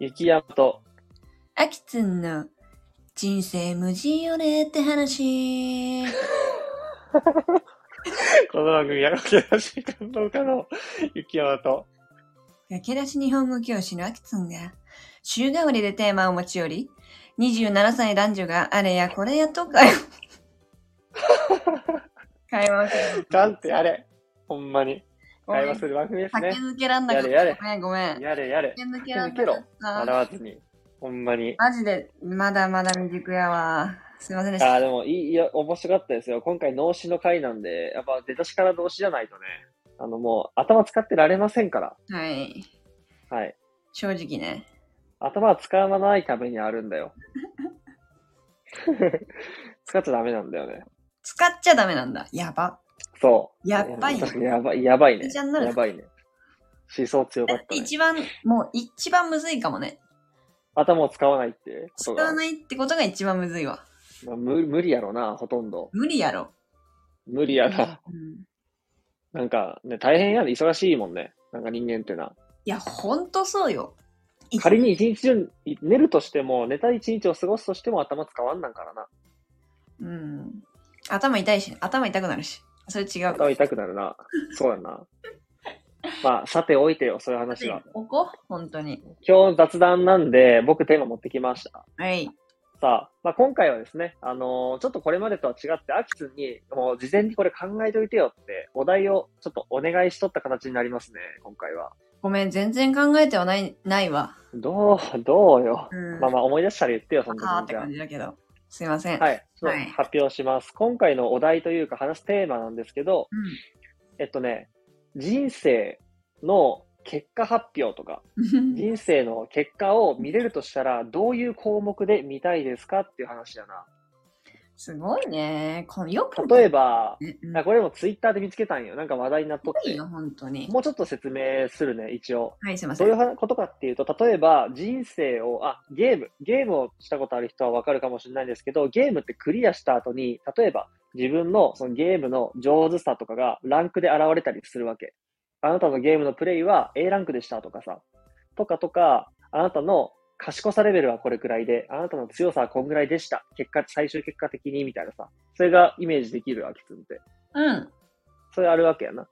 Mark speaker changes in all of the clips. Speaker 1: 雪山と、
Speaker 2: あきつんの人生無事よねって話。
Speaker 1: この番組は、沖縄市観光課の雪山と、
Speaker 2: 駆け出し日本語教師のあきつんが週替わりでテーマを持ち寄り、27歳男女があれやこれやと 会話会話をする。
Speaker 1: なんてやれ。ほんまに。
Speaker 2: ごめ
Speaker 1: 会
Speaker 2: ん
Speaker 1: 話する番組です
Speaker 2: 酒
Speaker 1: ね。
Speaker 2: 抜けらんなかった。
Speaker 1: やれやれ
Speaker 2: ごめんごめん。
Speaker 1: やれやれ。
Speaker 2: 酒抜けらんなかった。
Speaker 1: 笑わずに。ほんまに。
Speaker 2: マジで、まだまだ未熟やわ。すいませんでし
Speaker 1: あ
Speaker 2: た。
Speaker 1: あ、でもいい、いや、面白かったですよ。今回、脳死の回なんで、やっぱ出だしから脳死じゃないとね、あの、もう頭使ってられませんから。
Speaker 2: はい。
Speaker 1: はい。
Speaker 2: 正直ね。
Speaker 1: 頭は使わないためにあるんだよ。 使っちゃダメなんだよね。
Speaker 2: 使っちゃダメなんだ。やば。
Speaker 1: そう。
Speaker 2: やっばいね
Speaker 1: ね。 やばい、やばいね
Speaker 2: おじちゃん。なる
Speaker 1: やばいね。思想強かった、ね。
Speaker 2: 一番、もう一番むずいかもね。
Speaker 1: 頭を使わないっていうこ
Speaker 2: 使
Speaker 1: とが。
Speaker 2: わないってことが一番むずいわ。
Speaker 1: まあ、無無理やろな、ほとんど。
Speaker 2: 無理やろ。
Speaker 1: 無理やな。
Speaker 2: うん
Speaker 1: なんかね、大変やね。忙しいもんね。なんか人間ってな。
Speaker 2: いや、ほんとそうよ。い
Speaker 1: 仮に一日中い寝るとしても、寝た一日を過ごすとしても頭使わんなんからな。
Speaker 2: うん。頭痛いし、頭痛くなるし。それ違う。
Speaker 1: 頭痛くなるな。そうやな。まあ、さておいてよ、そういう話は。
Speaker 2: おこ本当に。
Speaker 1: 今日雑談なんで、僕テーマ持ってきました。
Speaker 2: はい。
Speaker 1: さあ、まあ、今回はですね、あのーちょっとこれまでとは違って、アキツに、もう事前にこれ考えといてよって、お題をちょっとお願いしとった形になりますね、今回は。
Speaker 2: ごめん、全然考えてはない、ないわ。
Speaker 1: どう、どうよ。
Speaker 2: うん。
Speaker 1: まあまあ、思い出したら言ってよ、その時
Speaker 2: あーっ
Speaker 1: に
Speaker 2: て
Speaker 1: じゃあ
Speaker 2: 感。じだけど。すいません。
Speaker 1: はい、ちょっ
Speaker 2: はい
Speaker 1: と発表します。今回のお題というか話すテーマなんですけど、えっとね、人生の結果発表とか、
Speaker 2: うん。
Speaker 1: 人生の結果を見れるとしたら、どういう項目で見たいですかっていう話だな。
Speaker 2: すごいね。このよく
Speaker 1: 例え
Speaker 2: ば、
Speaker 1: ば、
Speaker 2: うん、
Speaker 1: あこれもツイッターで見つけたんよ。なんか話題になっとっ
Speaker 2: いい
Speaker 1: て。
Speaker 2: よ、本当に。
Speaker 1: もうちょっと説明するね、一応。
Speaker 2: はい、すいませ
Speaker 1: どうい
Speaker 2: ん。
Speaker 1: うことかっていうと、例えば人生を、あ、ゲーム、ゲームをしたことある人はわかるかもしれないんですけど、ゲームってクリアした後に、例えば自分のそのゲームの上手さとかがランクで現れたりするわけ。あなたのゲームのプレイは A ランクでしたとかさ、とかとか、あなたの賢さレベルはこれくらいで、あなたの強さはこんぐらいでした。結果、最終結果的にみたいなさ、それがイメージできるわけつんって。
Speaker 2: うん。
Speaker 1: それあるわけやな。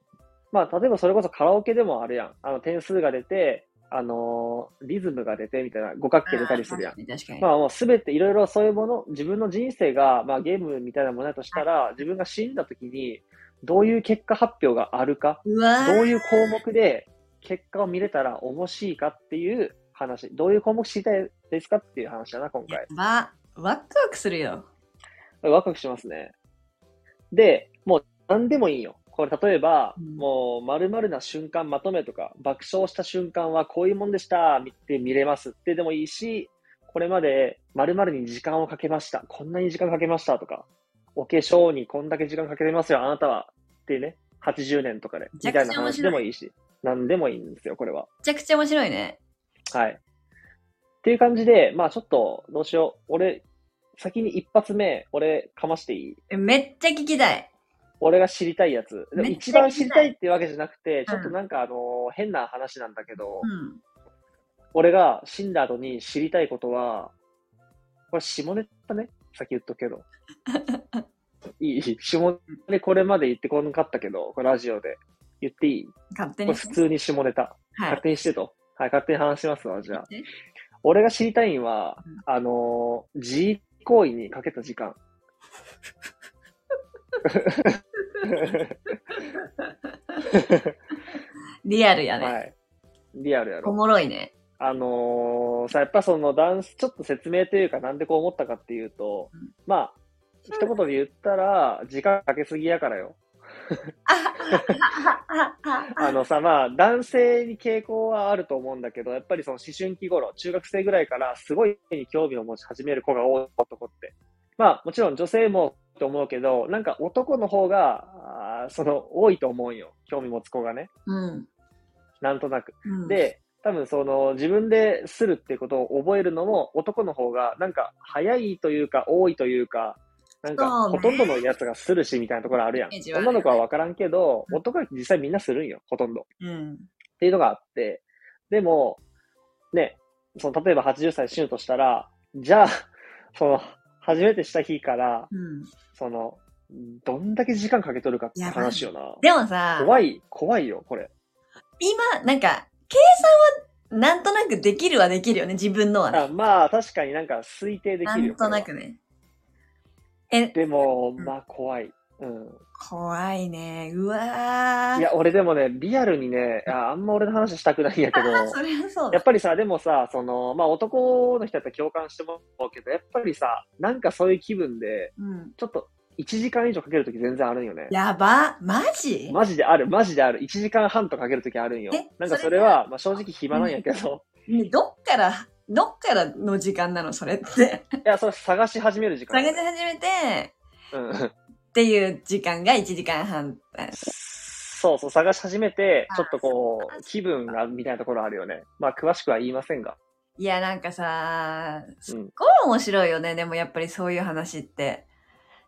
Speaker 1: まあ、例えばそれこそカラオケでもあるやん。あの、点数が出て、あのーリズムが出てみたいな五角形出たりするやん
Speaker 2: あ。ー確かに確かに。
Speaker 1: まあ、もうすべていろいろそういうもの、自分の人生が、まあ、ゲームみたいなものだとしたら、自分が死んだ時に、どういう結果発表があるか、
Speaker 2: うわ
Speaker 1: ど
Speaker 2: ー
Speaker 1: ういう項目で結果を見れたら面白いかっていう話、どういう項目知りたいですかっていう話だな、今
Speaker 2: や
Speaker 1: 回。
Speaker 2: ば。ワクワクするよ。
Speaker 1: ワクワクしますね。で、もう何でもいいよ。これ例えば、
Speaker 2: うん
Speaker 1: もう丸々な瞬間まとめとか、爆笑した瞬間はこういうもんでしたって見れますってでもいいし、これまで丸々に時間をかけました。こんなに時間かけましたとか、お化粧にこんだけ時間かけてますよ、あなたは。ってね、80年とかで。み
Speaker 2: ちゃ
Speaker 1: た
Speaker 2: くちゃ
Speaker 1: いな話でもいいし、何でもいいんですよ、これは。
Speaker 2: めちゃくちゃ面白いね。
Speaker 1: はい。っていう感じで、まあちょっと、どうしよう。俺、先に一発目、俺、かましていい
Speaker 2: えめっちゃ聞きたい。
Speaker 1: 俺が知りたいやつ。でも
Speaker 2: めっ
Speaker 1: 一
Speaker 2: ちゃ
Speaker 1: 番
Speaker 2: 聞き
Speaker 1: 知
Speaker 2: たい
Speaker 1: りたいっていうわけじゃなくて、
Speaker 2: うん
Speaker 1: ちょっとなんかあのー変な話なんだけど、
Speaker 2: うん。
Speaker 1: 俺が死んだ後に知りたいことは、これ下ネタね。先言っとくけ ど。いい下ネタこれまで言ってこなかったけど、これラジオで。言っていいこ
Speaker 2: 勝手
Speaker 1: れ
Speaker 2: に。
Speaker 1: 普通に下ネタ。
Speaker 2: は
Speaker 1: 勝
Speaker 2: い。
Speaker 1: 手にしてと。はい、勝手に話しますわ、じゃあ。
Speaker 2: え
Speaker 1: 俺が知りたいんは
Speaker 2: うん、
Speaker 1: あのー、自慰行為にかけた時間。
Speaker 2: リアルやね。
Speaker 1: はい。リアルやろ
Speaker 2: お。もろいね。
Speaker 1: あのーさ、やっぱそのダンス、ちょっと説明というか、なんでこう思ったかっていうと、
Speaker 2: うん
Speaker 1: まあ、一言で言ったら、時間かけすぎやからよ。あのさ、まあ、男性に傾向はあると思うんだけど、やっぱりその思春期頃、中学生ぐらいから、すごい絵に興味を持ち始める子が多い男って。まあ、もちろん女性もと思うけど、なんか男の方が、あーその、多いと思うんよ。興味持つ子がね。
Speaker 2: うん。
Speaker 1: なんとなく。
Speaker 2: うん、
Speaker 1: で、多分その自分でするってことを覚えるのも男の方がなんか早いというか多いというか、なんか
Speaker 2: そうね
Speaker 1: ほとんどのやつがするしみたいなところあるやん
Speaker 2: イメージ。はあるよね
Speaker 1: 女の子はわからんけど、
Speaker 2: うん
Speaker 1: 男は実際みんなするんよ、ほとんど。
Speaker 2: うん。
Speaker 1: っていうのがあって、でも、ね、その、例えば80歳死ぬとしたら、じゃあ、 その、初めてした日から、
Speaker 2: うん。
Speaker 1: その、どんだけ時間かけとるかって話よな。
Speaker 2: でもさ、
Speaker 1: 怖い、怖いよ、これ。
Speaker 2: 今、なんか、計算はなんとなくできるはできるよね、自分のは
Speaker 1: あ
Speaker 2: ね。
Speaker 1: まあ、確かになんか推定で
Speaker 2: な
Speaker 1: きるよ。
Speaker 2: んとな
Speaker 1: これは
Speaker 2: くね。え、
Speaker 1: でも、
Speaker 2: うん
Speaker 1: まあ、怖い。うん。
Speaker 2: 怖いね。うわー。
Speaker 1: いや、俺でもね、リアルにね、ああんま俺の話したくないんやけど、
Speaker 2: それはそう
Speaker 1: やっ
Speaker 2: だ。
Speaker 1: ぱりさ、でもさ、その、まあ男の人やったら共感してもらうけど、やっぱりさ、なんかそういう気分で、
Speaker 2: うん。
Speaker 1: ちょっと1時間以上かけるとき全然あるんよね。
Speaker 2: やば。マジ
Speaker 1: マジである、マジである。1時間半とかけるときあるんよ
Speaker 2: え。
Speaker 1: なんかそ
Speaker 2: そ
Speaker 1: れ
Speaker 2: れは
Speaker 1: は、まあ正直暇なんやけど、
Speaker 2: ねどっから、どっからの時間なのそれって。
Speaker 1: いや、それ探し始める時間。
Speaker 2: 探し始めて、
Speaker 1: うん。
Speaker 2: っていう時間が1時間半。
Speaker 1: そうそう、探し始めて
Speaker 2: あ、ー
Speaker 1: ちょっとこ
Speaker 2: そう
Speaker 1: う、
Speaker 2: か
Speaker 1: 気分が、みたいなところあるよね。まあ詳しくは言いませんが。
Speaker 2: いや、なんかさ、すっ
Speaker 1: うん
Speaker 2: ごい面白いよね。でもやっぱりそういう話って。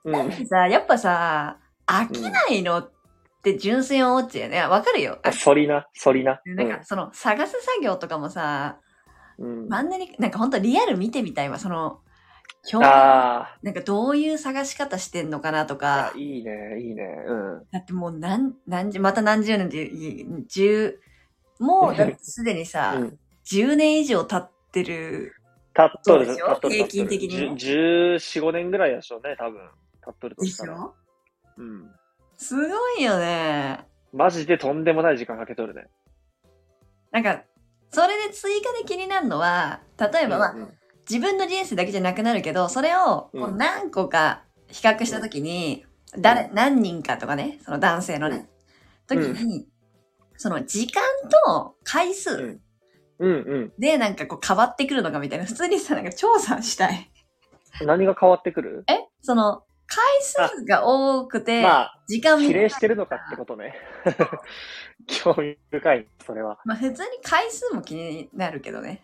Speaker 1: うん。
Speaker 2: さ、やっぱさ、飽きないのって純粋を落ちよね。わかるよ。
Speaker 1: あそりな、そりな。
Speaker 2: なんかその探す作業とかもさ、
Speaker 1: うん。うん
Speaker 2: マンネリ、なんか本当リアル見てみたいわ。その、今日、
Speaker 1: ああ。
Speaker 2: なんかどういう探し方してんのかなと
Speaker 1: あ
Speaker 2: か、
Speaker 1: いいね、いいね。うん。
Speaker 2: だってもう何、何十、また何十年っていうい、十、もうだってすでにさ、
Speaker 1: うん
Speaker 2: 10年以上経ってる。
Speaker 1: たっとる、
Speaker 2: そうでしょ
Speaker 1: たっとる。
Speaker 2: 平均的に
Speaker 1: 14、5年ぐらいでしょうね、多分。たっとると
Speaker 2: で
Speaker 1: し
Speaker 2: した
Speaker 1: ら。
Speaker 2: ょ
Speaker 1: うん。
Speaker 2: すごいよね。
Speaker 1: マジでとんでもない時間かけとるね。
Speaker 2: なんか、それで追加で気になるのは、例えばまあ、
Speaker 1: うんうん
Speaker 2: 自分の人生だけじゃなくなるけど、それをこう
Speaker 1: うん
Speaker 2: 何個か比較したときに、誰、何人かとかね、その男性のね、
Speaker 1: う
Speaker 2: 時
Speaker 1: ん
Speaker 2: に、その時間と回数
Speaker 1: うん
Speaker 2: でなんかこう変わってくるのかみたいな、普通にさ、なんか調査したい。
Speaker 1: うん。何が変わってくる
Speaker 2: えその、回数が多くて、
Speaker 1: まあ、
Speaker 2: 時間も
Speaker 1: 比、例してるのかってこと ね。興味深い、それは。
Speaker 2: まあ普通に回数も気になるけどね。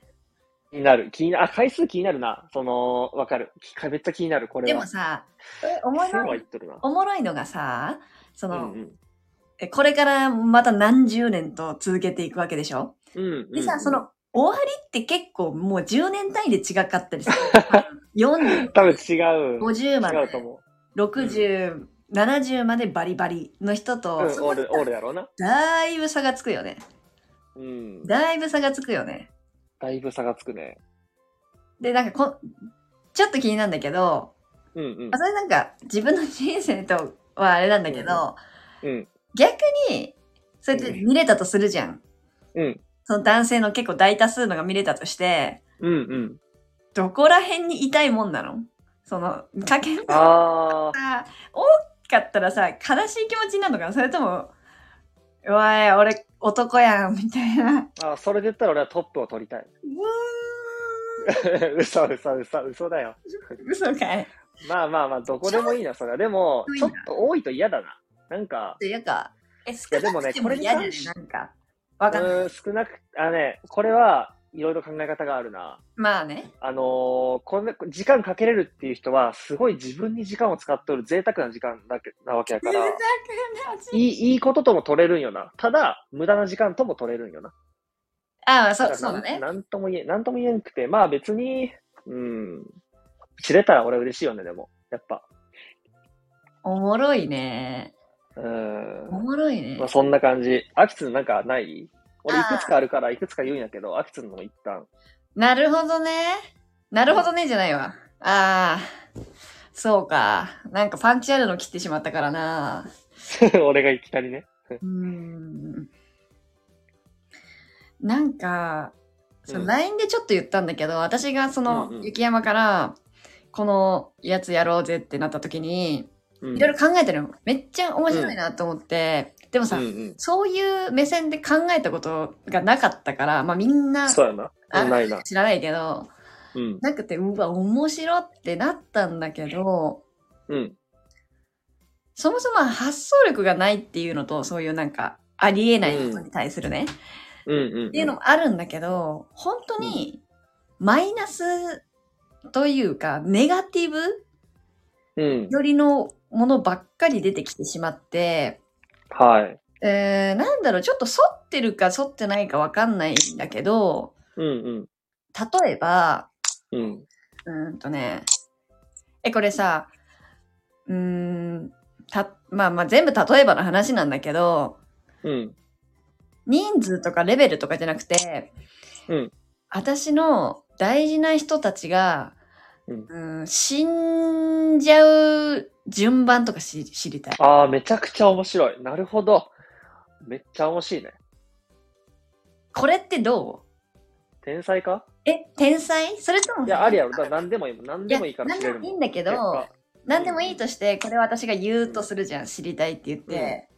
Speaker 1: 気になる。気になあ、回数気になるな。その、わかる。きめっちゃ気になる、これ
Speaker 2: で
Speaker 1: は。
Speaker 2: もさ、えおも
Speaker 1: そうは
Speaker 2: ろ
Speaker 1: 言
Speaker 2: い
Speaker 1: っ、とるな。
Speaker 2: おもろいのがさ、その、
Speaker 1: うん
Speaker 2: えこれからまた何十年と続けていくわけでしょ
Speaker 1: うん。うん
Speaker 2: で
Speaker 1: うん
Speaker 2: さ、
Speaker 1: うん
Speaker 2: そ、の、終わりって結構もう10年単位で違かったりする。40、
Speaker 1: 多分違う。
Speaker 2: 50ま
Speaker 1: 違う
Speaker 2: で
Speaker 1: と、思
Speaker 2: 60、70までバリバリの人と、
Speaker 1: う。うん、オ
Speaker 2: そこ
Speaker 1: ール、オールやろうな。
Speaker 2: だいぶ差がつくよね。
Speaker 1: うん。
Speaker 2: だいぶ差がつくよね。
Speaker 1: だいぶ差がつくね。
Speaker 2: で、なんかこ、ちょっと気になるんだけど、
Speaker 1: うんうん
Speaker 2: あ。それなんか自分の人生とはあれなんだけど、
Speaker 1: うんうん
Speaker 2: 逆に、そうやって見れたとするじゃん。
Speaker 1: うん。
Speaker 2: その男性の結構大多数のが見れたとして、
Speaker 1: うんうん。
Speaker 2: どこら辺にいたいもんなのその、かけが
Speaker 1: ああ、
Speaker 2: さ大きかったらさ、悲しい気持ちになるのかなそれとも、うわーい、俺、男やん、みたいな。う
Speaker 1: あそれで言ったら俺はトップを取りたい。
Speaker 2: ー
Speaker 1: 嘘嘘嘘嘘だよ。
Speaker 2: ん。嘘かい。
Speaker 1: まあまあまあ、どこでもいいな、それは。でも、
Speaker 2: ち
Speaker 1: ち
Speaker 2: ょ
Speaker 1: ょ
Speaker 2: っ
Speaker 1: っ
Speaker 2: と
Speaker 1: と多いと嫌だな。なんか、
Speaker 2: というか、え、少
Speaker 1: やでも
Speaker 2: な
Speaker 1: ね
Speaker 2: くても
Speaker 1: これに
Speaker 2: 嫌だよ
Speaker 1: 関
Speaker 2: ね
Speaker 1: し、
Speaker 2: なんか。わ
Speaker 1: う
Speaker 2: かんない。
Speaker 1: ーん、少なく、あね、これはいろいろ考え方があるな。
Speaker 2: まあね。
Speaker 1: あのーこんな、時間かけれるっていう人は、すごい自分に時間を使っておる贅沢な時間だけなわけだから、いい、いいこととも取れるんよな。ただ、無駄な時間とも取れるんよな。
Speaker 2: ああ、
Speaker 1: だ
Speaker 2: そ
Speaker 1: か
Speaker 2: う、
Speaker 1: ら
Speaker 2: そうだ
Speaker 1: な
Speaker 2: ね。
Speaker 1: んなんとも言え、なんとも言えんくて、まあ別に、うん、知れたら俺は嬉しいよね、でも。やっぱ。
Speaker 2: おもろいね。
Speaker 1: う
Speaker 2: お
Speaker 1: ん。
Speaker 2: もろいね
Speaker 1: まあ。そんな感じ。アキツンなんかない俺
Speaker 2: あ
Speaker 1: い
Speaker 2: ー
Speaker 1: くつかあるから、いくつか言うんやけど、アキツンのも一旦。
Speaker 2: なるほどね。なるほどね、じゃないわ。ああ、そうか。なんかパンチあるの切ってしまったからな。
Speaker 1: 俺がいきなりね。
Speaker 2: うーんなんか、そうの
Speaker 1: ん
Speaker 2: LINE でちょっと言ったんだけど、私がその
Speaker 1: うんうん
Speaker 2: 雪山から、このやつやろうぜってなった時に、
Speaker 1: うん、
Speaker 2: いろいろ考えてるの。めっちゃ面白いなと思って、でもさ、
Speaker 1: うんうん。
Speaker 2: そういう目線で考えたことがなかったから、まあみんな
Speaker 1: そうやな。
Speaker 2: あ
Speaker 1: うんないな。
Speaker 2: 知らないけど、
Speaker 1: うん。
Speaker 2: なくて、うわ、面白ってなったんだけど、
Speaker 1: うん。
Speaker 2: そもそも発想力がないっていうのと、そういうなんか、ありえないことに対するね、
Speaker 1: うんうん。
Speaker 2: っていうのもあるんだけど、本当にマイナスというか、ネガティブ
Speaker 1: うん。
Speaker 2: よりのものばっかり出てきてしまって、
Speaker 1: はい。
Speaker 2: えー、なんだろう、ちょっと反ってるか反ってないかわかんないんだけど、
Speaker 1: うんうん。
Speaker 2: 例えば、
Speaker 1: うん。
Speaker 2: うーんとね。え、これさ、うーん、た、まあまあ全部例えばの話なんだけど、
Speaker 1: うん。
Speaker 2: 人数とかレベルとかじゃなくて、
Speaker 1: うん
Speaker 2: 私の大事な人たちが、
Speaker 1: うん
Speaker 2: ーん死んじゃう順番とかし知りたい。
Speaker 1: ああ、めちゃくちゃ面白い。なるほど。めっちゃ面白いね。
Speaker 2: これってど
Speaker 1: 天才か
Speaker 2: うえ、天才それとも
Speaker 1: いや、ありやろ。だから何でもいいもん。何でもいいから知れる
Speaker 2: いや何でもいい
Speaker 1: もん。
Speaker 2: んだけど
Speaker 1: やっぱ
Speaker 2: 何でもいいとして、これ私が言うとするじゃん。知りたいって言って。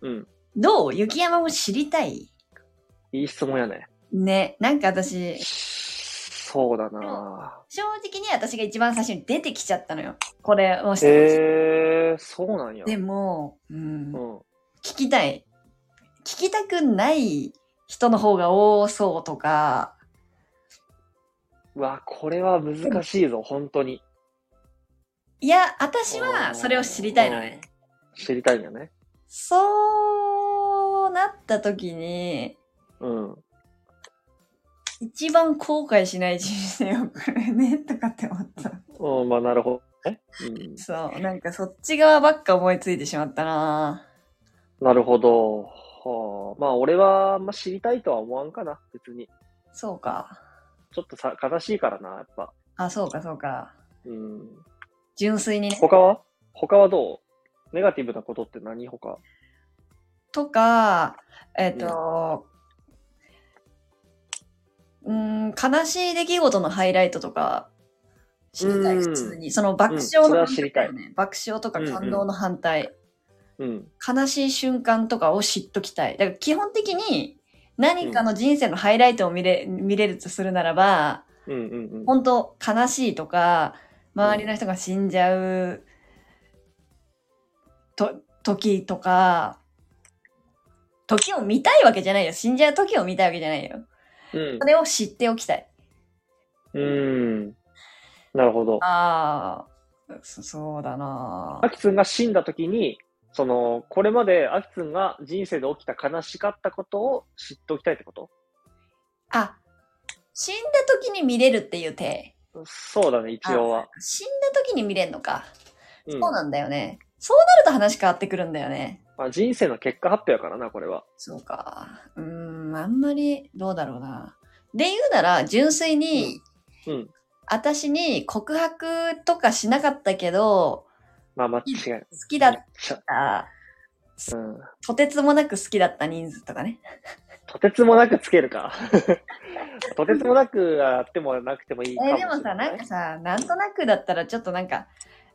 Speaker 1: うん。
Speaker 2: どう雪山も知りたい
Speaker 1: いい質問やね。
Speaker 2: ね、なんか私、
Speaker 1: そうだな
Speaker 2: 正直に私が一番最初に出てきちゃったのよ。これをして、
Speaker 1: へえー、そうなんや。
Speaker 2: でも、うん
Speaker 1: う、ん。
Speaker 2: 聞きたい。聞きたくない人の方が多そうとか、
Speaker 1: うわ、これは難しいぞ、本当に。
Speaker 2: いや、私はそれを知りたいのね。
Speaker 1: 知りたいんだね。
Speaker 2: そうなった時に、
Speaker 1: うん。
Speaker 2: 一番後悔しない人生を送るねとかって思った。
Speaker 1: うん、まあ、なるほどね。うん、
Speaker 2: そう、なんかそっち側ばっか思いついてしまったな
Speaker 1: なるほど。はあ、まあ、俺は、まあ、知りたいとは思わんかな、別に。
Speaker 2: そうか。
Speaker 1: ちょっとさ悲しいからな、やっぱ。
Speaker 2: あ、そうか、そうか。
Speaker 1: うん。
Speaker 2: 純粋にね。
Speaker 1: 他は他はどうネガティブなことって何他
Speaker 2: とか、えっ、と、うん、ん、悲しい出来事のハイライトとか知りたい、
Speaker 1: うん
Speaker 2: 普通に。その爆笑
Speaker 1: うんそれ
Speaker 2: の
Speaker 1: は
Speaker 2: 反
Speaker 1: 知り
Speaker 2: 対
Speaker 1: た
Speaker 2: だ
Speaker 1: い
Speaker 2: よね、爆笑とか感動の反対、
Speaker 1: うん。
Speaker 2: 悲しい瞬間とかを知っときたい。だから基本的に何かの人生のハイライトを見れ,、見れるとするならば、
Speaker 1: うんうんうん。
Speaker 2: 本当悲しいとか、周りの人が死んじゃう、と、時とか、時を見たいわけじゃないよ。死んじゃう時を見たいわけじゃないよ。
Speaker 1: うん
Speaker 2: そ。れを知っておきたい。
Speaker 1: うん。なるほど。
Speaker 2: ああ、そそうだな
Speaker 1: アキツンが死んだ時に、その、これまでアキツンが人生で起きた悲しかったことを知っておきたいってこと
Speaker 2: あ、死んだ時に見れるっていう手。
Speaker 1: そうだね、一応は。
Speaker 2: 死んだ時に見れんのか。
Speaker 1: うん
Speaker 2: そうなんだよね。そうなると話変わってくるんだよね。
Speaker 1: まあ、人生の結果発表やからな、これは。
Speaker 2: そうか。うーん、あんまりどうだろうな。で言うなら、純粋に、
Speaker 1: うん。
Speaker 2: 私に告白とかしなかったけど、
Speaker 1: まあ、間違いない。
Speaker 2: 好きだっ
Speaker 1: ちゃ
Speaker 2: た、
Speaker 1: うん。
Speaker 2: とてつもなく好きだった人数とかね。
Speaker 1: とてつもなくつけるか。 とてつもなくあってもなくてもいいかも
Speaker 2: え
Speaker 1: し
Speaker 2: ーで
Speaker 1: れない
Speaker 2: も。さ、なんかさ、なんとなくだったらちょっとなんか、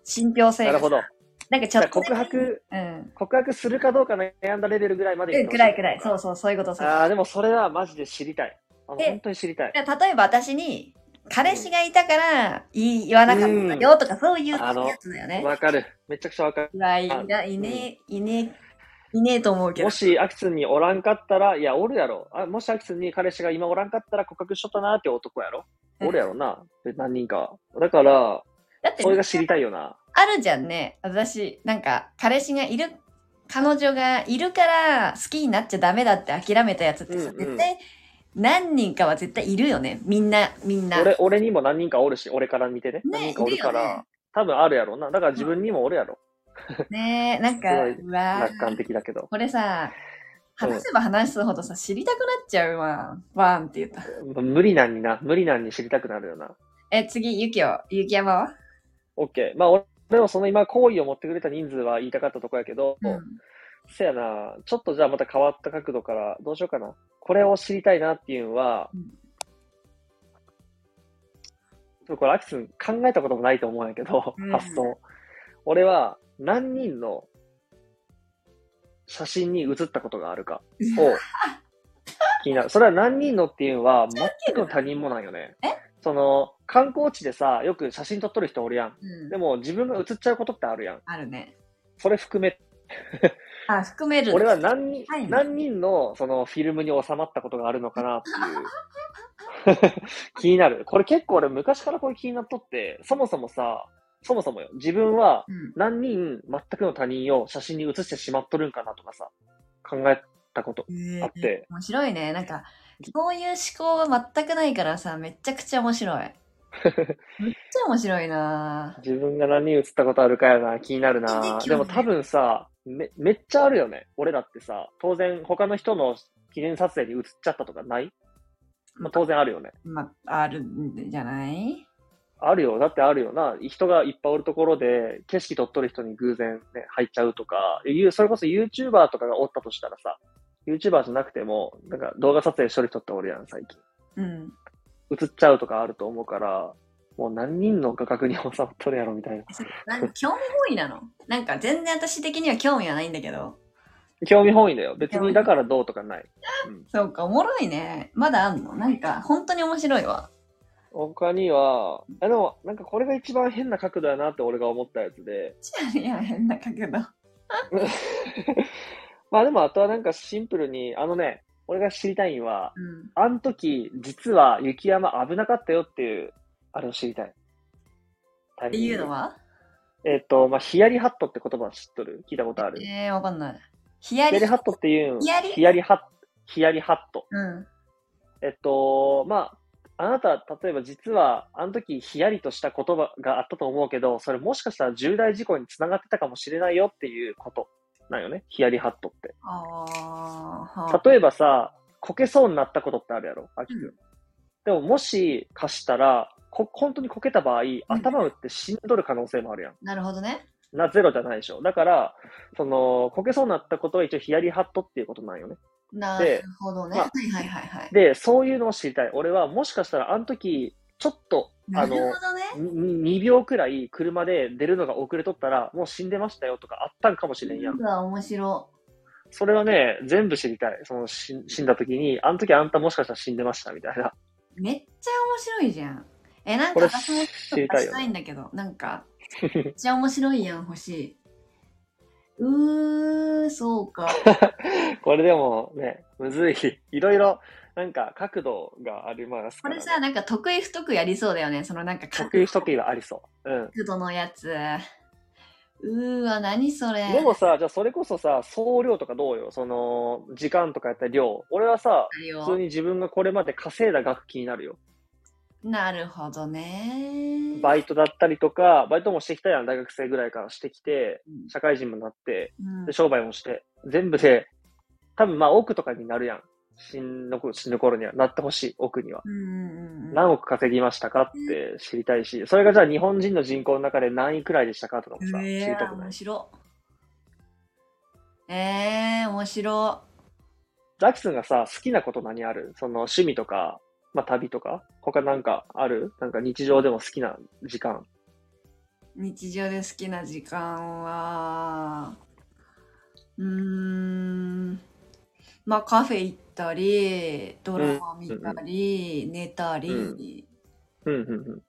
Speaker 2: 信憑性
Speaker 1: なるほ
Speaker 2: が、
Speaker 1: ど。
Speaker 2: なんかち
Speaker 1: じ
Speaker 2: ょ
Speaker 1: ゃ
Speaker 2: っ
Speaker 1: あ
Speaker 2: と。
Speaker 1: 告。白、
Speaker 2: うん。
Speaker 1: 告白するかどうか悩んだレベルぐらいまで
Speaker 2: う
Speaker 1: 行
Speaker 2: ん、
Speaker 1: ってほし
Speaker 2: くらいくらい。そううそう、そういうことそういうこ
Speaker 1: ああ、でもそれはマジで知りたい。あの
Speaker 2: で
Speaker 1: 本当に知りたい。
Speaker 2: と。例えば私に、彼氏がいたから言い言わなかったんだよとか、そういう
Speaker 1: あの
Speaker 2: やつだよね。
Speaker 1: わかる。めちゃくちゃわかる。
Speaker 2: うわ、いない、いねえ、いねえ、いねえと思うけど
Speaker 1: も。し、アキツンにおらんかったら、いや、おるやろ。あもし、アキツンに彼氏が今おらんかったら告白しとったなーって男やろ。おるやろな。で何人か。だから、
Speaker 2: だって
Speaker 1: それが知りたいよな。
Speaker 2: あるじゃんね。私、なんか、彼氏がいる、彼女がいるから好きになっちゃダメだって諦めたやつってさ、
Speaker 1: うんうん
Speaker 2: 絶対、何人かは絶対いるよね。みんな、みんな。
Speaker 1: 俺、俺にも何人かおるし、俺から見てね。何
Speaker 2: ね
Speaker 1: 人かおるから、
Speaker 2: いるよね
Speaker 1: 多分あるやろうな。だから自分にもおるやろ。
Speaker 2: ねえ、なんか、
Speaker 1: すご
Speaker 2: うわ
Speaker 1: 楽観的だけど。
Speaker 2: これさ、話せば話すほどさ、知りたくなっちゃうわ。ワンって言った。
Speaker 1: 無理なんにな。無理なんに知りたくなるよな。
Speaker 2: え、次、ゆきお、ゆきやまは
Speaker 1: OK。まあ、俺でもその今、好意を持ってくれた人数は言いたかったとこやけど、
Speaker 2: うん。
Speaker 1: せやな、ちょっとじゃあまた変わった角度から、どうしようかな。これを知りたいなっていうのは、
Speaker 2: う
Speaker 1: ち
Speaker 2: ん
Speaker 1: ょっとこれ、アキスン考えたこともないと思うんやけど、
Speaker 2: うん
Speaker 1: 発想。俺は、何人の写真に写ったことがあるかを気になる。それは何人のっていうのは、全くの他人もなんよね。
Speaker 2: え
Speaker 1: その、観光地でさ、よく写真撮っとる人おるやん。
Speaker 2: うん
Speaker 1: でも、自分が写っちゃうことってあるやん。
Speaker 2: あるね。
Speaker 1: それ含め
Speaker 2: あ、含める。
Speaker 1: 俺は何人、
Speaker 2: はい
Speaker 1: 何人のそのフィルムに収まったことがあるのかなっていう 気になる。これ結構俺昔からこれ気になっとって、そもそもさ、そもそもよ、自分は
Speaker 2: うん。
Speaker 1: 何人全くの他人を写真に写してしまっとるんかなとかさ、考えたこと
Speaker 2: えー
Speaker 1: あって、
Speaker 2: 面白いね。なんか、そういう思考は全くないからさ、めっちゃくちゃ面 白い。めっちゃ面白いなぁ
Speaker 1: 自分が何に映ったことあるかやな、気になる
Speaker 2: 気にな
Speaker 1: な。
Speaker 2: る
Speaker 1: でも多分さめ、めっちゃあるよね。俺らってさ、当然他の人の記念撮影に映っちゃったとかない、まあ、当然あるよね。
Speaker 2: まあ、あるんじゃない
Speaker 1: あるよ。だってあるよな。人がいっぱいおるところで、景色撮っとる人に偶然ね、入っちゃうとか、いうそれこそ YouTuber とかがおったとしたらさ、YouTuber じゃなくても、なんか動画撮影しとる人っておるやん、最近。
Speaker 2: うん。
Speaker 1: 映っちゃうとかあると思うから、もう何人の画角に収まっとるやろ、みたいな。
Speaker 2: そうなんか興味本位なのなんか全然私的には興味はないんだけど。
Speaker 1: 興味本位だよ。別にだからどうとかない。
Speaker 2: そうか、おもろいね。まだあんのなんか、本当に面白いわ。
Speaker 1: 他には、あでも、なんかこれが一番変な角度やなって俺が思ったやつで、
Speaker 2: いや、変な角度。
Speaker 1: まあでもあとはなんかシンプルに、あのね、俺が知りたいんは、
Speaker 2: うん。
Speaker 1: あの時、実は雪山危なかったよっていう、あれを知りたい。っ
Speaker 2: っていうのは
Speaker 1: えっ、と、まあ、ヒヤリハットって言葉知っとる聞いたことある。ヒ
Speaker 2: えー、わかんない。ヒヤ
Speaker 1: ヤ
Speaker 2: リ。
Speaker 1: リハットっていう、
Speaker 2: ヒヤリ
Speaker 1: ヒヤリハット、ヒヤリハット。
Speaker 2: うん。
Speaker 1: えっと、まあ、あなた、例えば実は、あの時、ヒヤリとした言葉があったと思うけど、それもしかしたら重大事故につながってたかもしれないよっていうことなんよね。ヒヤリハットって。
Speaker 2: あーはあ。
Speaker 1: 例えばさ、こけそうになったことってあるやろ、あきくん
Speaker 2: う。
Speaker 1: でも、もし、貸したら、こ、本当にこけた場合、頭打って死んどる可能性もあるやん。
Speaker 2: なるほどね。
Speaker 1: な、ゼロじゃないでしょ。だから、その、こけそうになったことは一応ヒヤリハットっていうことなんよね。
Speaker 2: な
Speaker 1: で
Speaker 2: るほどね。
Speaker 1: ま
Speaker 2: は
Speaker 1: あ
Speaker 2: いはいはいはい。
Speaker 1: で、そういうのを知りたい。俺は、もしかしたら、あの時、ちょっと、
Speaker 2: な
Speaker 1: あ
Speaker 2: るほ
Speaker 1: の、
Speaker 2: どね。
Speaker 1: に2秒くらい車で出るのが遅れとったら、もう死んでましたよとかあったんかもしれんやん
Speaker 2: う。わ、面白。
Speaker 1: それはね、全部知りたい。その死ん死んだ時に、あの時あんたもしかしたら死んでましたみたいな。
Speaker 2: めっちゃ面白いじゃん。え、なん
Speaker 1: こ
Speaker 2: か
Speaker 1: れ
Speaker 2: 私も
Speaker 1: 知りたい
Speaker 2: し
Speaker 1: よ
Speaker 2: た
Speaker 1: ね。
Speaker 2: いんだけど、なん か、めっちゃ面白いやん、欲しい。うー、そうか。
Speaker 1: これでもね、むずい。 いろいろ、なんか角度があります
Speaker 2: こ
Speaker 1: から、
Speaker 2: れ
Speaker 1: ね。
Speaker 2: さ、なんか得意不得意ありそうだよね。そのなんか角
Speaker 1: 得意不得意はありそう。うん。
Speaker 2: 度のやつ。うーわ、何それ。
Speaker 1: でもさ、じゃあそれこそさ、総量とかどうよその、時間とかやったら量。俺はさ、
Speaker 2: ある
Speaker 1: 普通
Speaker 2: よ
Speaker 1: に自分がこれまで稼いだ額気になるよ。
Speaker 2: なるほどね。
Speaker 1: バイトだったりとか、バイトもしてきたやん、大学生ぐらいからしてきて、
Speaker 2: うん
Speaker 1: 社会人もなって、
Speaker 2: うん
Speaker 1: で商売もして、全部で、多分まあ億とかになるやん。死ぬ頃死ぬ頃にはなってほしい、億には。
Speaker 2: うんうんうん
Speaker 1: 何億稼ぎましたかって知りたいし、それがじゃあ日本人の人口の中で何位くらいでしたかとかもさ、知
Speaker 2: え
Speaker 1: りた
Speaker 2: ー、
Speaker 1: くない
Speaker 2: 面。白。えー、面白。
Speaker 1: ザキさんがさ、好きなこと何あるその趣味とか、まあ旅とか、他なんかあるなんか日常でも好きな時間。
Speaker 2: 日常で好きな時間は、うーん、まあカフェ行ったり、ドラマ見たり、寝たり、
Speaker 1: うんうんうんうん。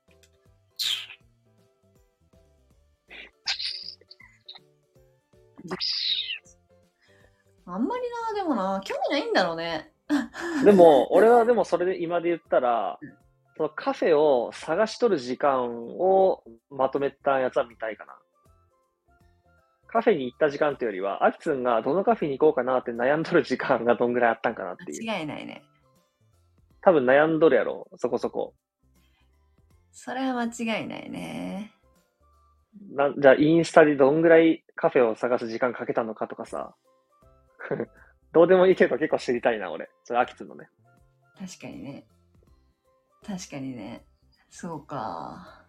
Speaker 2: あんまりな、でもな、興味ないんだろうね。
Speaker 1: でも、俺はでもそれで今で言ったら、そのカフェを探しとる時間をまとめたやつは見たいかな。カフェに行った時間というよりは、アキツンがどのカフェに行こうかなって悩んどる時間がどんぐらいあったんかなっていう。
Speaker 2: 間違いないね。
Speaker 1: 多分悩んどるやろ、そこそこ。
Speaker 2: それは間違いないね。
Speaker 1: なんじゃあ、インスタでどんぐらいカフェを探す時間かけたのかとかさ。 どうでもいいけど結構知りたいな、俺。それ、アキツンのね。
Speaker 2: 確かにね。確かにね。そうか。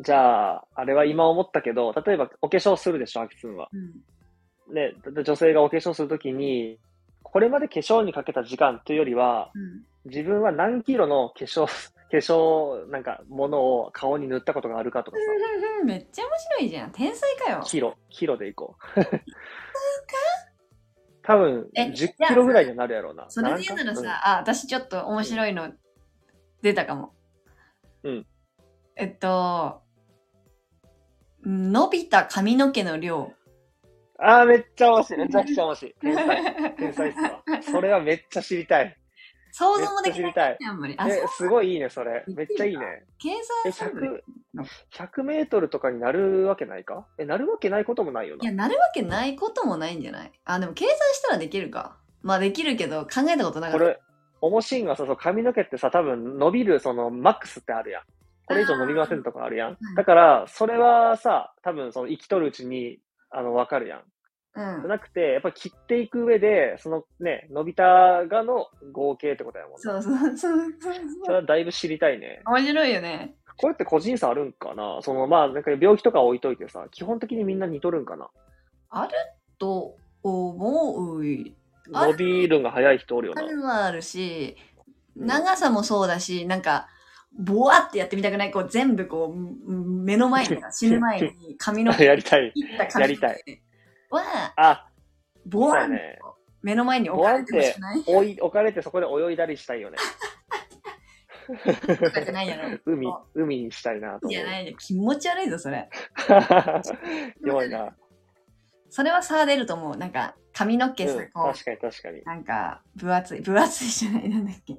Speaker 1: じゃあ、あれは今思ったけど、例えばお化粧するでしょ、アキツンは。
Speaker 2: うん。
Speaker 1: ね、だって女性がお化粧するときに、これまで化粧にかけた時間というよりは、
Speaker 2: うん。
Speaker 1: 自分は何キロの化粧、化粧、なんか、ものを顔に塗ったことがあるかとか
Speaker 2: めっちゃ面白いじゃん。天才か
Speaker 1: さ、。
Speaker 2: よ
Speaker 1: キロ、キロでいこう。多分、
Speaker 2: え
Speaker 1: 10キロぐらいになるやろうな。
Speaker 2: それで言うならさ、あ、私ちょっと面白いの出たかも。
Speaker 1: うん。
Speaker 2: えっと、伸びた髪の毛の量。
Speaker 1: うんあー、めっちゃ面白い。めちゃくちゃ面白い。天才。天才っすわ。それはめっちゃ知りたい。
Speaker 2: 想
Speaker 1: めっ
Speaker 2: 像も
Speaker 1: ち
Speaker 2: で
Speaker 1: ゃ
Speaker 2: き
Speaker 1: 知
Speaker 2: な
Speaker 1: り
Speaker 2: い。
Speaker 1: たい。
Speaker 2: あんまり。あ、
Speaker 1: え
Speaker 2: そう、
Speaker 1: すごいいいね、それ。めっちゃいいね。
Speaker 2: 計
Speaker 1: え、
Speaker 2: 算する
Speaker 1: 100、100メートルとかになるわけないかえ、なるわけないこともないよ
Speaker 2: い
Speaker 1: な
Speaker 2: や、。なるわけないこともないんじゃないあ、でも計算したらできるか。まあできるけど、考えたことなか
Speaker 1: こ
Speaker 2: った。
Speaker 1: れ、おもしいんがさ、そう髪の毛ってさ、多分伸びる、その、マックスってあるやん。これ以上伸びませんとかあるやん
Speaker 2: ー。
Speaker 1: だから、それはさ、多分、その、生きとるうちに、あの、わかるやん。
Speaker 2: うん
Speaker 1: じゃ。なくて、やっぱり切っていく上で、そのね、伸びたがの合計ってことやもんね。そ
Speaker 2: そうそうそうそう
Speaker 1: れ
Speaker 2: そう。
Speaker 1: はだいぶ知りたいね。
Speaker 2: 面白いよね。
Speaker 1: これって個人差あるんかなその、まあ、なんか病気とか置いといてさ、基本的にみんな似とるんかな
Speaker 2: あると思う。ある
Speaker 1: 伸びるんが早い人おるよ
Speaker 2: あ
Speaker 1: な。
Speaker 2: るはあるし、長さもそうだし、なんか、ボワってやってみたくない、こう全部こううん、目の 前に、死ぬ前に髪の毛、
Speaker 1: やりたい。
Speaker 2: 切った髪の毛
Speaker 1: やりたい
Speaker 2: は、
Speaker 1: あ、
Speaker 2: ボワ
Speaker 1: そ
Speaker 2: ン、
Speaker 1: うね
Speaker 2: 目の前に置かれてもしない
Speaker 1: おい、置かれてそこで泳いだりしたいよね。
Speaker 2: とかじゃないや ろ。
Speaker 1: 海、海にしたいなと思
Speaker 2: いやな
Speaker 1: う。
Speaker 2: いよ。気持ち悪いぞ、それ。
Speaker 1: 弱いな。
Speaker 2: それは差出ると思う。なんか、髪の毛さ、
Speaker 1: うん
Speaker 2: こ
Speaker 1: 確かに確かに
Speaker 2: う、。なんか、分厚い、分厚いじゃない、なんだっけ。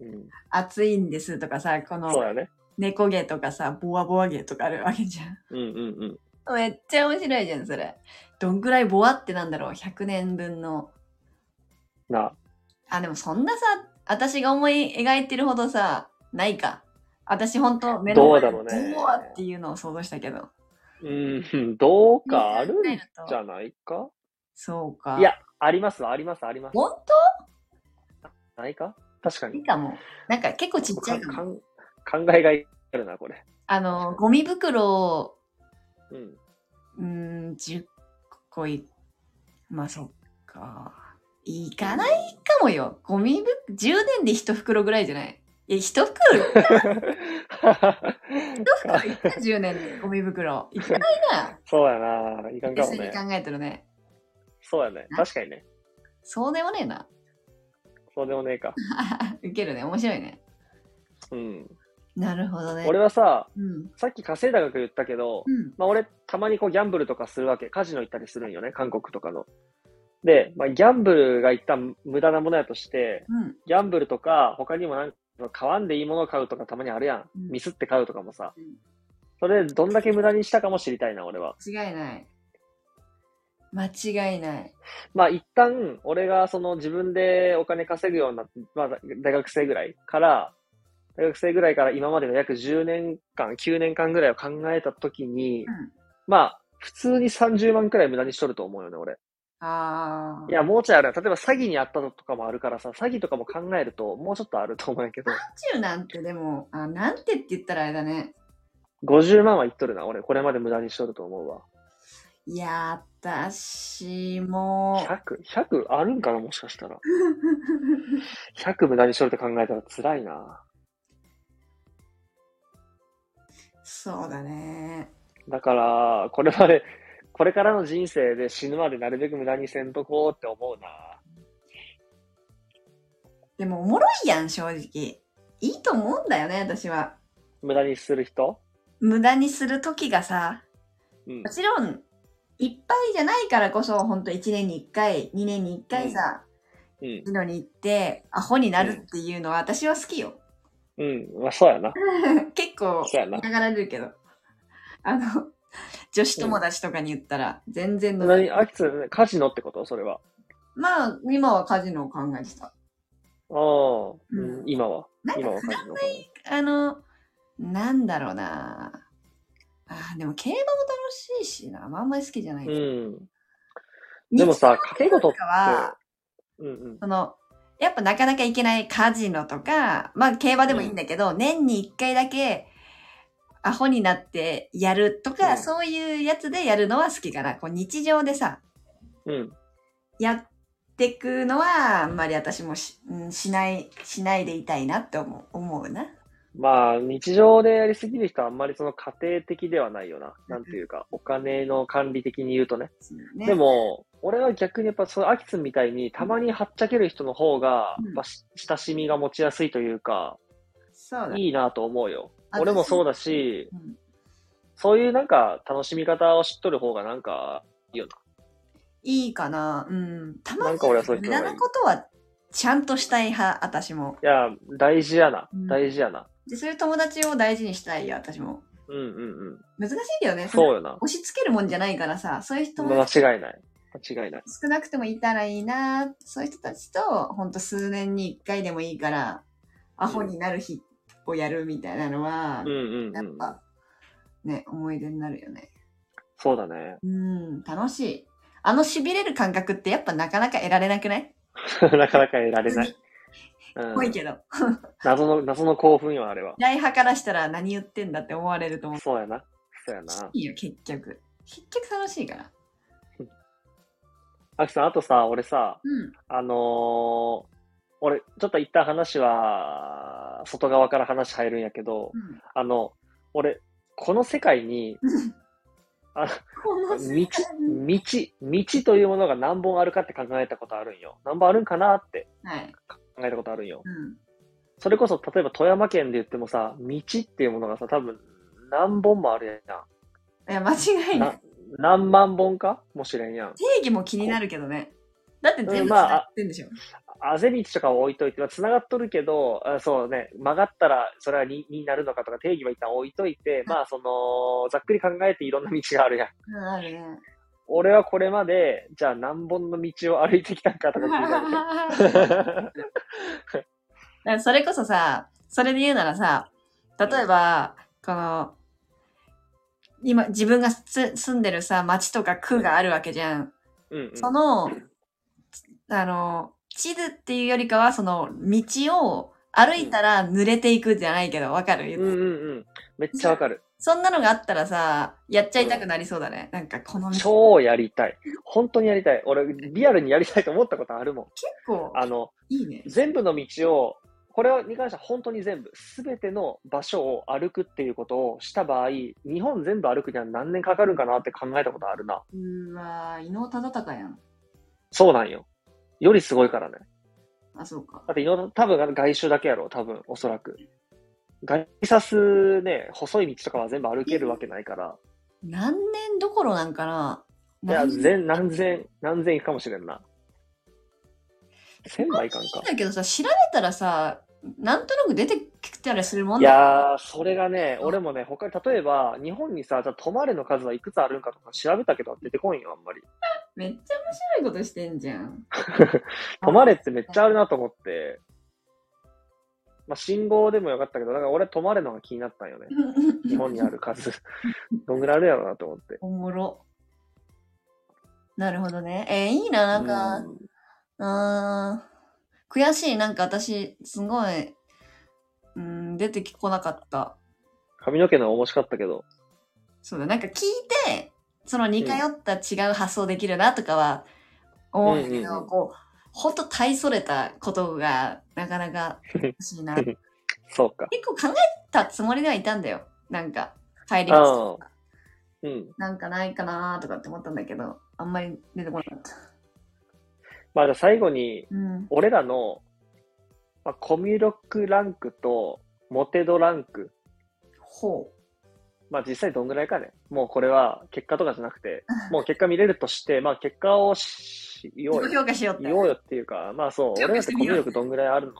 Speaker 1: うん、
Speaker 2: 熱いんですとかさ、こ
Speaker 1: そう
Speaker 2: の
Speaker 1: だね。
Speaker 2: 猫毛とかさ、ボワボワ毛とかあるわけじゃん。
Speaker 1: うんうんうん。
Speaker 2: めっちゃ面白いじゃん、それ。どんぐらいボワってなんだろう ?100 年分の。
Speaker 1: なあ、
Speaker 2: あ、でもそんなさ、私が思い描いてるほどさ、ないか。私ほんと目の前
Speaker 1: どうだろうね
Speaker 2: ボワっていうのを想像したけど。
Speaker 1: うん、どうかあるん
Speaker 2: ね
Speaker 1: じゃないか
Speaker 2: そうか。
Speaker 1: いや、ありますわありますあります。
Speaker 2: ほん
Speaker 1: ないか確か
Speaker 2: とい
Speaker 1: に
Speaker 2: い。かも。なんか結構ちっちゃいか
Speaker 1: か
Speaker 2: も。
Speaker 1: ん考えがいあるな、これ。
Speaker 2: あの、ゴミ袋を、
Speaker 1: うん。
Speaker 2: うーん、10個い、まあそっか。いかないかもよ。ゴミぶ、10年で1袋ぐらいじゃないえ、1袋よ
Speaker 1: か
Speaker 2: 10年でゴミ袋。いかないな。
Speaker 1: そうやな。いかんかも
Speaker 2: 別に
Speaker 1: ね
Speaker 2: 考。えてるね。
Speaker 1: そうやね。確かにね。
Speaker 2: そうでもねえな。
Speaker 1: そうでもねえか。
Speaker 2: ウケるね。面白いね。
Speaker 1: うん。
Speaker 2: なるほどね。
Speaker 1: 俺はさ、
Speaker 2: うん。
Speaker 1: さっき稼いだ額言ったけど、
Speaker 2: うん。
Speaker 1: まあ、俺、たまにこうギャンブルとかするわけ、カジノ行ったりするんよね、韓国とかの。で、まあ、ギャンブルが一旦無駄なものやとして、
Speaker 2: うん。
Speaker 1: ギャンブルとか、他にもなんか買わんでいいものを買うとかたまにあるや。
Speaker 2: うんん
Speaker 1: ミスって買うとかもさ
Speaker 2: うん。
Speaker 1: それでどんだけ無駄にしたかも知りたいな、俺は。
Speaker 2: 違いない。間違いない。
Speaker 1: まあ一旦、俺がその自分でお金稼ぐようになって、まあ大学生ぐらいから、大学生ぐらいから今までの約10年間、9年間ぐらいを考えたときに、
Speaker 2: う
Speaker 1: まあ普通に30万くらい無駄にしとると思うよね、俺。
Speaker 2: ん。ああ。
Speaker 1: いや、もうちょいあるな。例えば詐欺にあったとかもあるからさ、詐欺とかも考えると、もうちょっとあると思うんやけど、
Speaker 2: 40なんてでも、あ、なんてって言ったらあれだね。
Speaker 1: 50万はいっとるな。俺、これまで無駄にしとると思うわ。
Speaker 2: いや、私も、
Speaker 1: 100、100あるんかな、もしかしたら。100無駄にしとるって考えたら辛いな。
Speaker 2: そうだね。
Speaker 1: だから、これまで、これからの人生で死ぬまでなるべく無駄にせんとこうって思うな。
Speaker 2: でもおもろいやん、正直。いいと思うんだよね、私は。
Speaker 1: 無駄にする人
Speaker 2: 無駄にする時がさ、
Speaker 1: うん
Speaker 2: も。ちろん、いっぱいじゃないからこそ、ほんと1年に1回、2年に1回さ、
Speaker 1: うん。
Speaker 2: ディノに行って、アホになるっていうのは私は好きよ。
Speaker 1: うん。まあ、そうやな。
Speaker 2: 結構、
Speaker 1: そうやな
Speaker 2: 嫌がられるけど。あの、女子友達とかに言ったら、全然の、
Speaker 1: 何、あきつ、カジノってことそれは。
Speaker 2: まあ、今はカジノを考えてた。
Speaker 1: ああ、うん
Speaker 2: うん
Speaker 1: 今は。
Speaker 2: なん
Speaker 1: 今
Speaker 2: か
Speaker 1: は、カジノか
Speaker 2: あの、なんだろうなあーでも競馬も楽しいしな。まああんまり好きじゃない
Speaker 1: な。
Speaker 2: け
Speaker 1: う
Speaker 2: ど。
Speaker 1: ん。でもさ、掛け事っ
Speaker 2: とかは、
Speaker 1: うんうん。
Speaker 2: その、やっぱなかなか行けないカジノとか、まあ競馬でもいいんだけど、年に1回だけアホになってやるとか、
Speaker 1: うん
Speaker 2: そういうやつでやるのは好きかな。こう日常でさ、
Speaker 1: うん。
Speaker 2: やってくのはあんまり私もし,、うん、しない、しないでいたいなって思う思うな。
Speaker 1: まあ、日常でやりすぎる人はあんまりその家庭的ではないよな。なんていうか、お金の管理的に言うとね。
Speaker 2: ね
Speaker 1: で、も、俺は逆にやっぱそのアキツみたいにたまにはっちゃける人の方が、
Speaker 2: うん
Speaker 1: やっぱし親しみが持ちやすいというか、
Speaker 2: そうだ。
Speaker 1: いいなと思うよ。
Speaker 2: あ
Speaker 1: 俺もそうだし、
Speaker 2: うん
Speaker 1: そういうなんか楽しみ方を知っとる方がなんかいいよ
Speaker 2: いいかな。うん。たま
Speaker 1: な
Speaker 2: に
Speaker 1: んか俺はそういう
Speaker 2: 無
Speaker 1: 人が
Speaker 2: 駄
Speaker 1: いい
Speaker 2: なことはちゃんとしたい派、私も。
Speaker 1: な。いや、大事やな
Speaker 2: うん。
Speaker 1: 大事やな。
Speaker 2: で、そういう友達を大事にしたいよ、私も。
Speaker 1: うんうんうん。
Speaker 2: 難しいけどね。
Speaker 1: そう
Speaker 2: れ
Speaker 1: よな。
Speaker 2: 押し付けるもんじゃないからさ、そういう人も
Speaker 1: 間違いない。間違いない。
Speaker 2: 少なくてもいたらいいな、そういう人たちと、ほんと数年に一回でもいいから、アホになる日をやるみたいなのは、
Speaker 1: うんうん
Speaker 2: やっ
Speaker 1: うん。
Speaker 2: ぱ、ね、思い出になるよね。
Speaker 1: そうだね。
Speaker 2: うん、楽しい。あの痺れる感覚ってやっぱなかなか得られなくない
Speaker 1: なかなか得られない。うん
Speaker 2: 濃いけど。
Speaker 1: 謎の、謎の興奮よ、あれは。
Speaker 2: 大派からしたら何言ってんだって思われると思う。
Speaker 1: そうやな。そうやな。
Speaker 2: いいよ、結局。結局楽しいから。
Speaker 1: あきさん、あとさ、俺さ、
Speaker 2: うん。
Speaker 1: あのー俺、ちょっと一旦話は、外側から話入るんやけど、
Speaker 2: うん、
Speaker 1: あの、俺、この世界に、あ
Speaker 2: この
Speaker 1: 道、
Speaker 2: 世界に
Speaker 1: 道、道というものが何本あるかって考えたことあるんよ。何本あるんかなって
Speaker 2: はい。
Speaker 1: 考えたことあるんよ。
Speaker 2: うん。
Speaker 1: それこそ、例えば富山県で言ってもさ、道っていうものがさ、多分、何本もあるやん。
Speaker 2: いや、間違いない。
Speaker 1: 何万本かもしれんやん。
Speaker 2: 定義も気になるけどね。だって全
Speaker 1: うん
Speaker 2: 部
Speaker 1: まあ
Speaker 2: 繋がってんでしょ。
Speaker 1: あぜ道とかを置いといて、まあ、繋がっとるけど、あそうね、曲がったらそれは 2, になるのかとか定義は一旦置いといて、まあその、ざっくり考えていろんな道があるやん。
Speaker 2: うん、あるね。
Speaker 1: 俺はこれまで、じゃあ何本の道を歩いてきたんかとか気になるね
Speaker 2: だ からそれこそさ、それで言うならさ、例えば、この、今、自分がす住んでるさ、町とか区があるわけじゃん。
Speaker 1: うんうん。
Speaker 2: その、あの、地図っていうよりかは、その、道を歩いたら濡れていくじゃないけど、わかる、
Speaker 1: うんうんうん。めっちゃわかる。
Speaker 2: そんなのがあったらさ、やっちゃいたくなりそうだね。なんか、この道結
Speaker 1: 超やりたい。本当にやりたい。俺、リアルにやりたいと思ったことあるもん。
Speaker 2: 構、
Speaker 1: あの、
Speaker 2: いいね。
Speaker 1: 全部の道を、これに関しては本当に全部、すべての場所を歩くっていうことをした場合、日本全部歩くには何年かかるんかなって考えたことあるな。
Speaker 2: うーわー、伊能忠敬やん。
Speaker 1: そうなんよ。よりすごいからね。
Speaker 2: あ、そうか。
Speaker 1: だっていろんな、多分外周だけやろう、多分、おそらく。外サスね、細い道とかは全部歩けるわけないから、
Speaker 2: 何年どころなんかない
Speaker 1: や、
Speaker 2: 何年
Speaker 1: 全、何千、何千いくかもしれんな。千はいかんか。
Speaker 2: だけどさ、調べたらさ、なんとなく出てきたりするもん
Speaker 1: い
Speaker 2: だ。
Speaker 1: やー、それがね、俺もね、他に、例えば、日本にさ、じゃあ、泊まれの数はいくつあるんかとか調べたけど、出てこいよ、あんまり。
Speaker 2: めっちゃ面白いことしてんじ ゃん。
Speaker 1: 泊まれってめっちゃあるなと思って、まあ、信号でもよかったけど、だから俺、泊まれのが気になったんよ ね。日本にある数。どんぐらいあるやろうなと思って。
Speaker 2: おもろ。なるほどね。えーいいな、なんか、
Speaker 1: うん
Speaker 2: あー悔しい。なんか私、すごい、うん、出てこなかった。
Speaker 1: 髪の毛の面白かったけど、
Speaker 2: そうだ、なんか聞いて、その似通った違う発想できるなとかは思うんだけ
Speaker 1: うんうんう
Speaker 2: ど、
Speaker 1: ん
Speaker 2: こう、ほんと大それたことがなかなか欲しいな。 結
Speaker 1: そうか。
Speaker 2: 構考えたつもりではいたんだよ。なんか、帰り道とか。
Speaker 1: うん。
Speaker 2: なんかないかなとかって思ったんだけど、あんまり出てこなかった。
Speaker 1: まあ、じゃあ最後に、
Speaker 2: うん。
Speaker 1: 俺らの、まあ、コミュ力ランクと、モテ度ランク
Speaker 2: ほ
Speaker 1: まあ実際どんぐらいかね。もうこれは結果とかじゃなく て、もう結果見れるとして、まあ結果をし
Speaker 2: う。
Speaker 1: よう
Speaker 2: 自己
Speaker 1: よ。
Speaker 2: 評価しようって。
Speaker 1: 言おうよっていうか、まあそう、
Speaker 2: 自己
Speaker 1: 俺だっ
Speaker 2: 評価してて
Speaker 1: コ
Speaker 2: み
Speaker 1: ミュ
Speaker 2: よう
Speaker 1: 力どんぐらいあるの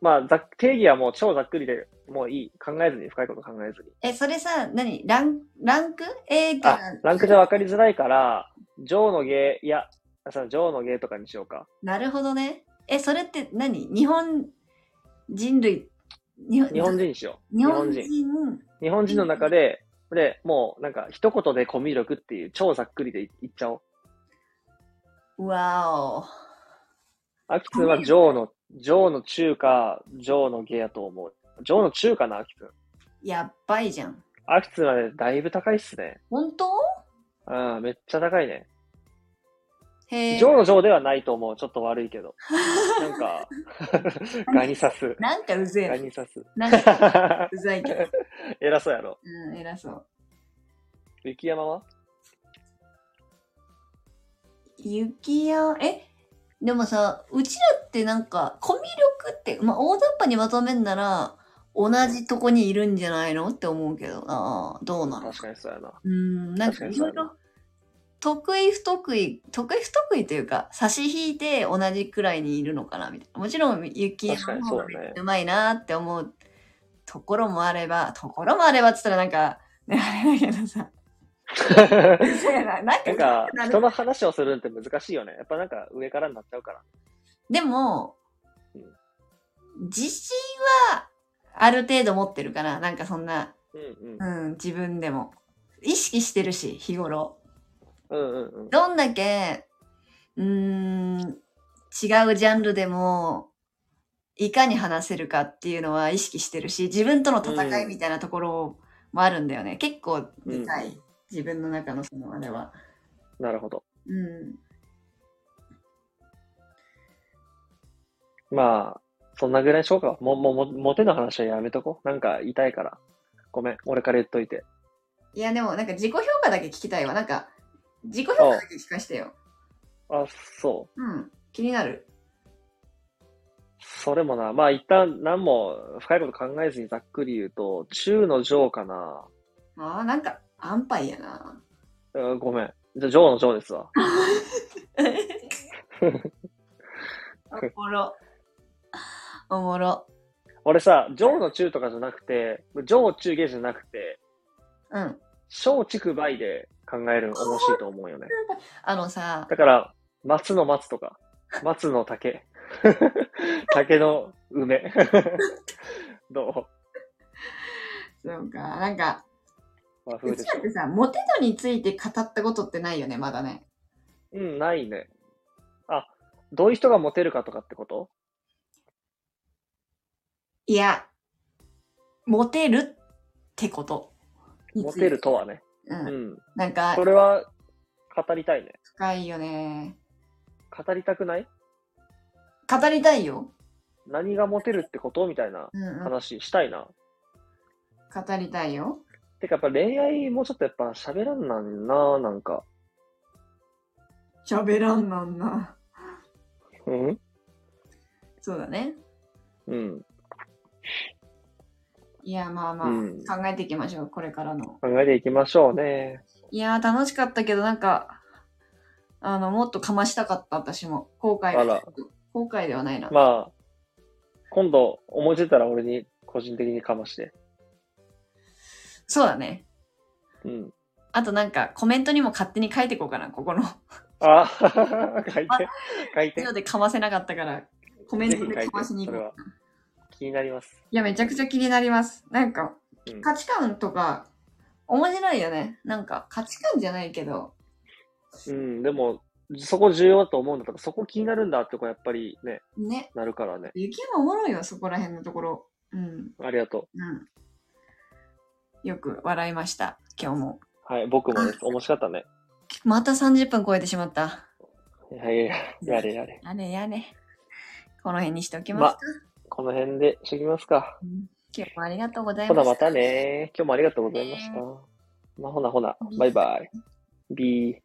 Speaker 1: まあざっ定義はもう超ざっくりでもういい。考えずに、深いこと考えずに。
Speaker 2: え、それさ、何ランランク ?A か
Speaker 1: あ
Speaker 2: ら、
Speaker 1: ランクじゃ分かりづらいから、上の芸、いや、あその上の芸とかにしようか。
Speaker 2: なるほどね。え、それって何日本人類日本
Speaker 1: 日本人にしよう。
Speaker 2: 日本
Speaker 1: 日本
Speaker 2: 人
Speaker 1: 人。日本人の中で、で、もうなんか一言でコミュ力っていう超ざっくりでいいっちゃおう。
Speaker 2: わ
Speaker 1: アキツンはジョーの、ジョーの中華、ジョーのゲやと思う。ジョーの中華な、アキツン。
Speaker 2: おやっばいじゃん。
Speaker 1: アキツンはね、だいぶ高いっすね。
Speaker 2: 本当
Speaker 1: うん、めっちゃ高いね。
Speaker 2: へえ
Speaker 1: ジョ。ーのジョーではないと思う。ちょっと悪いけど。なん か、ガニサス。
Speaker 2: なんかうぜえ
Speaker 1: ガ
Speaker 2: な。
Speaker 1: ニサス。
Speaker 2: なんかうざいけど。
Speaker 1: 偉そうやろ。
Speaker 2: うん、偉そう。
Speaker 1: 雪山は
Speaker 2: 雪や、え、でもさ、うちらってなんか、コミュ力って、まあ、大雑把にまとめんなら、同じとこにいるんじゃないのって思うけどな。どうなの
Speaker 1: 確かにそうやな。
Speaker 2: うん、なんかいろいろ得意不得意、得意不得意というか、差し引いて同じくらいにいるのかなみたいな。もちろん、雪の
Speaker 1: 確かに
Speaker 2: 方
Speaker 1: そう
Speaker 2: が
Speaker 1: だね
Speaker 2: うまいなって思う ところもあれば、ところもあればって言ったらなんか、ね、あれだけどさ、なんか
Speaker 1: なんか、人の話をするのって難しいよね。やっぱなんか上からになっちゃうから。
Speaker 2: でも
Speaker 1: うん、
Speaker 2: 自信はある程度持ってるかな。なんかそんな、
Speaker 1: うん
Speaker 2: うん、自分でも。意識してるし、日頃。
Speaker 1: うん。うんうんうん。
Speaker 2: どんだけ、うーん、違うジャンルでも、いかに話せるかっていうのは意識してるし、自分との戦いみたいなところもあるんだよね。結構でかい、
Speaker 1: うん
Speaker 2: 自分の中のそのあれは。
Speaker 1: なるほど。
Speaker 2: うん。
Speaker 1: まあ、そんなぐらいにしようか。も、も、も、モテの話はやめとこう。なんか痛いから。ごめん、俺から言っといて。
Speaker 2: いや、でもなんか自己評価だけ聞きたいわ。なんか、自己評価だけ聞かしてよ。
Speaker 1: あ、そう。
Speaker 2: うん。気になる。
Speaker 1: それもな、まあ一旦何も深いこと考えずにざっくり言うと、中の上かな。
Speaker 2: ああ、なんか、安牌や な。
Speaker 1: うんごめん。じゃあ上の上ですわ。
Speaker 2: おもろ。おもろ。
Speaker 1: 俺さ、上の中とかじゃなくて、上中下じゃなくて、
Speaker 2: うん。
Speaker 1: 小畜梅で考えるの面白いと思うよね。
Speaker 2: あのさ、
Speaker 1: だから、松の松とか、松の竹、 竹の梅。 ど
Speaker 2: そうか、なんか、
Speaker 1: う和風
Speaker 2: う
Speaker 1: で
Speaker 2: ち
Speaker 1: し
Speaker 2: だってさ、モテ度について語ったことってないよね、まだね。
Speaker 1: ょ。うん、ないね。あ、どういう人がモテるかとかってこと
Speaker 2: いや、モテるってことにつ
Speaker 1: モ
Speaker 2: いて。
Speaker 1: テるとはね。
Speaker 2: う。
Speaker 1: うんん。
Speaker 2: なんか
Speaker 1: そ、れは語りたいね。
Speaker 2: 深いよね。
Speaker 1: 語りたくない
Speaker 2: 語りたいよ。
Speaker 1: 何がモテるってことみたいな
Speaker 2: うんうん。
Speaker 1: 話したいな。
Speaker 2: 語りたいよ。
Speaker 1: てかやっぱ恋愛もうちょっとやっぱ喋らんなんな、なんか。
Speaker 2: 喋らんなんな。
Speaker 1: うん
Speaker 2: そうだね。
Speaker 1: うん。
Speaker 2: いや、まあまあ、
Speaker 1: うん
Speaker 2: 考えていきましょう、これからの。
Speaker 1: 考えていきましょうね。
Speaker 2: いやー、楽しかったけど、なんか、あの、もっとかましたかった、私も。後悔
Speaker 1: あら
Speaker 2: 後悔ではないな。
Speaker 1: まあ、今度思いついたら俺に個人的にかまして。
Speaker 2: そうだね。
Speaker 1: うん。
Speaker 2: あとなんか、コメントにも勝手に書いていこうかな、ここの。
Speaker 1: あ 書いて
Speaker 2: あ。
Speaker 1: 書いて。
Speaker 2: なのでかませなかったから、コメン
Speaker 1: ぜひ
Speaker 2: ト
Speaker 1: 書い
Speaker 2: で
Speaker 1: て
Speaker 2: か。ましに
Speaker 1: そ
Speaker 2: 行
Speaker 1: れ
Speaker 2: こ
Speaker 1: は
Speaker 2: う。
Speaker 1: 気になります。
Speaker 2: いや、めちゃくちゃ気になります。なんか、
Speaker 1: うん
Speaker 2: 価値観とか、面白いよね。なんか、価値観じゃないけど、
Speaker 1: うん。でも、そこ重要だと思うんだとか、そこ気になるんだってこうやっぱりね、
Speaker 2: ね。
Speaker 1: なるからね。
Speaker 2: 雪もおもろいよ、そこら辺のところ。うん。
Speaker 1: ありがと
Speaker 2: うん。よく笑いました、今日も。
Speaker 1: う。はい、僕もです。面白かったね。
Speaker 2: また30分超えてしまった。
Speaker 1: いやいや、やれやれ。
Speaker 2: やれやれ。この辺にしておきますか。
Speaker 1: この辺でしときますか。
Speaker 2: うん今日もありがとうござい
Speaker 1: ほな、
Speaker 2: ました。
Speaker 1: またね。今日もありがとうございました。まあ、ほなほな、バイバイ。ビー。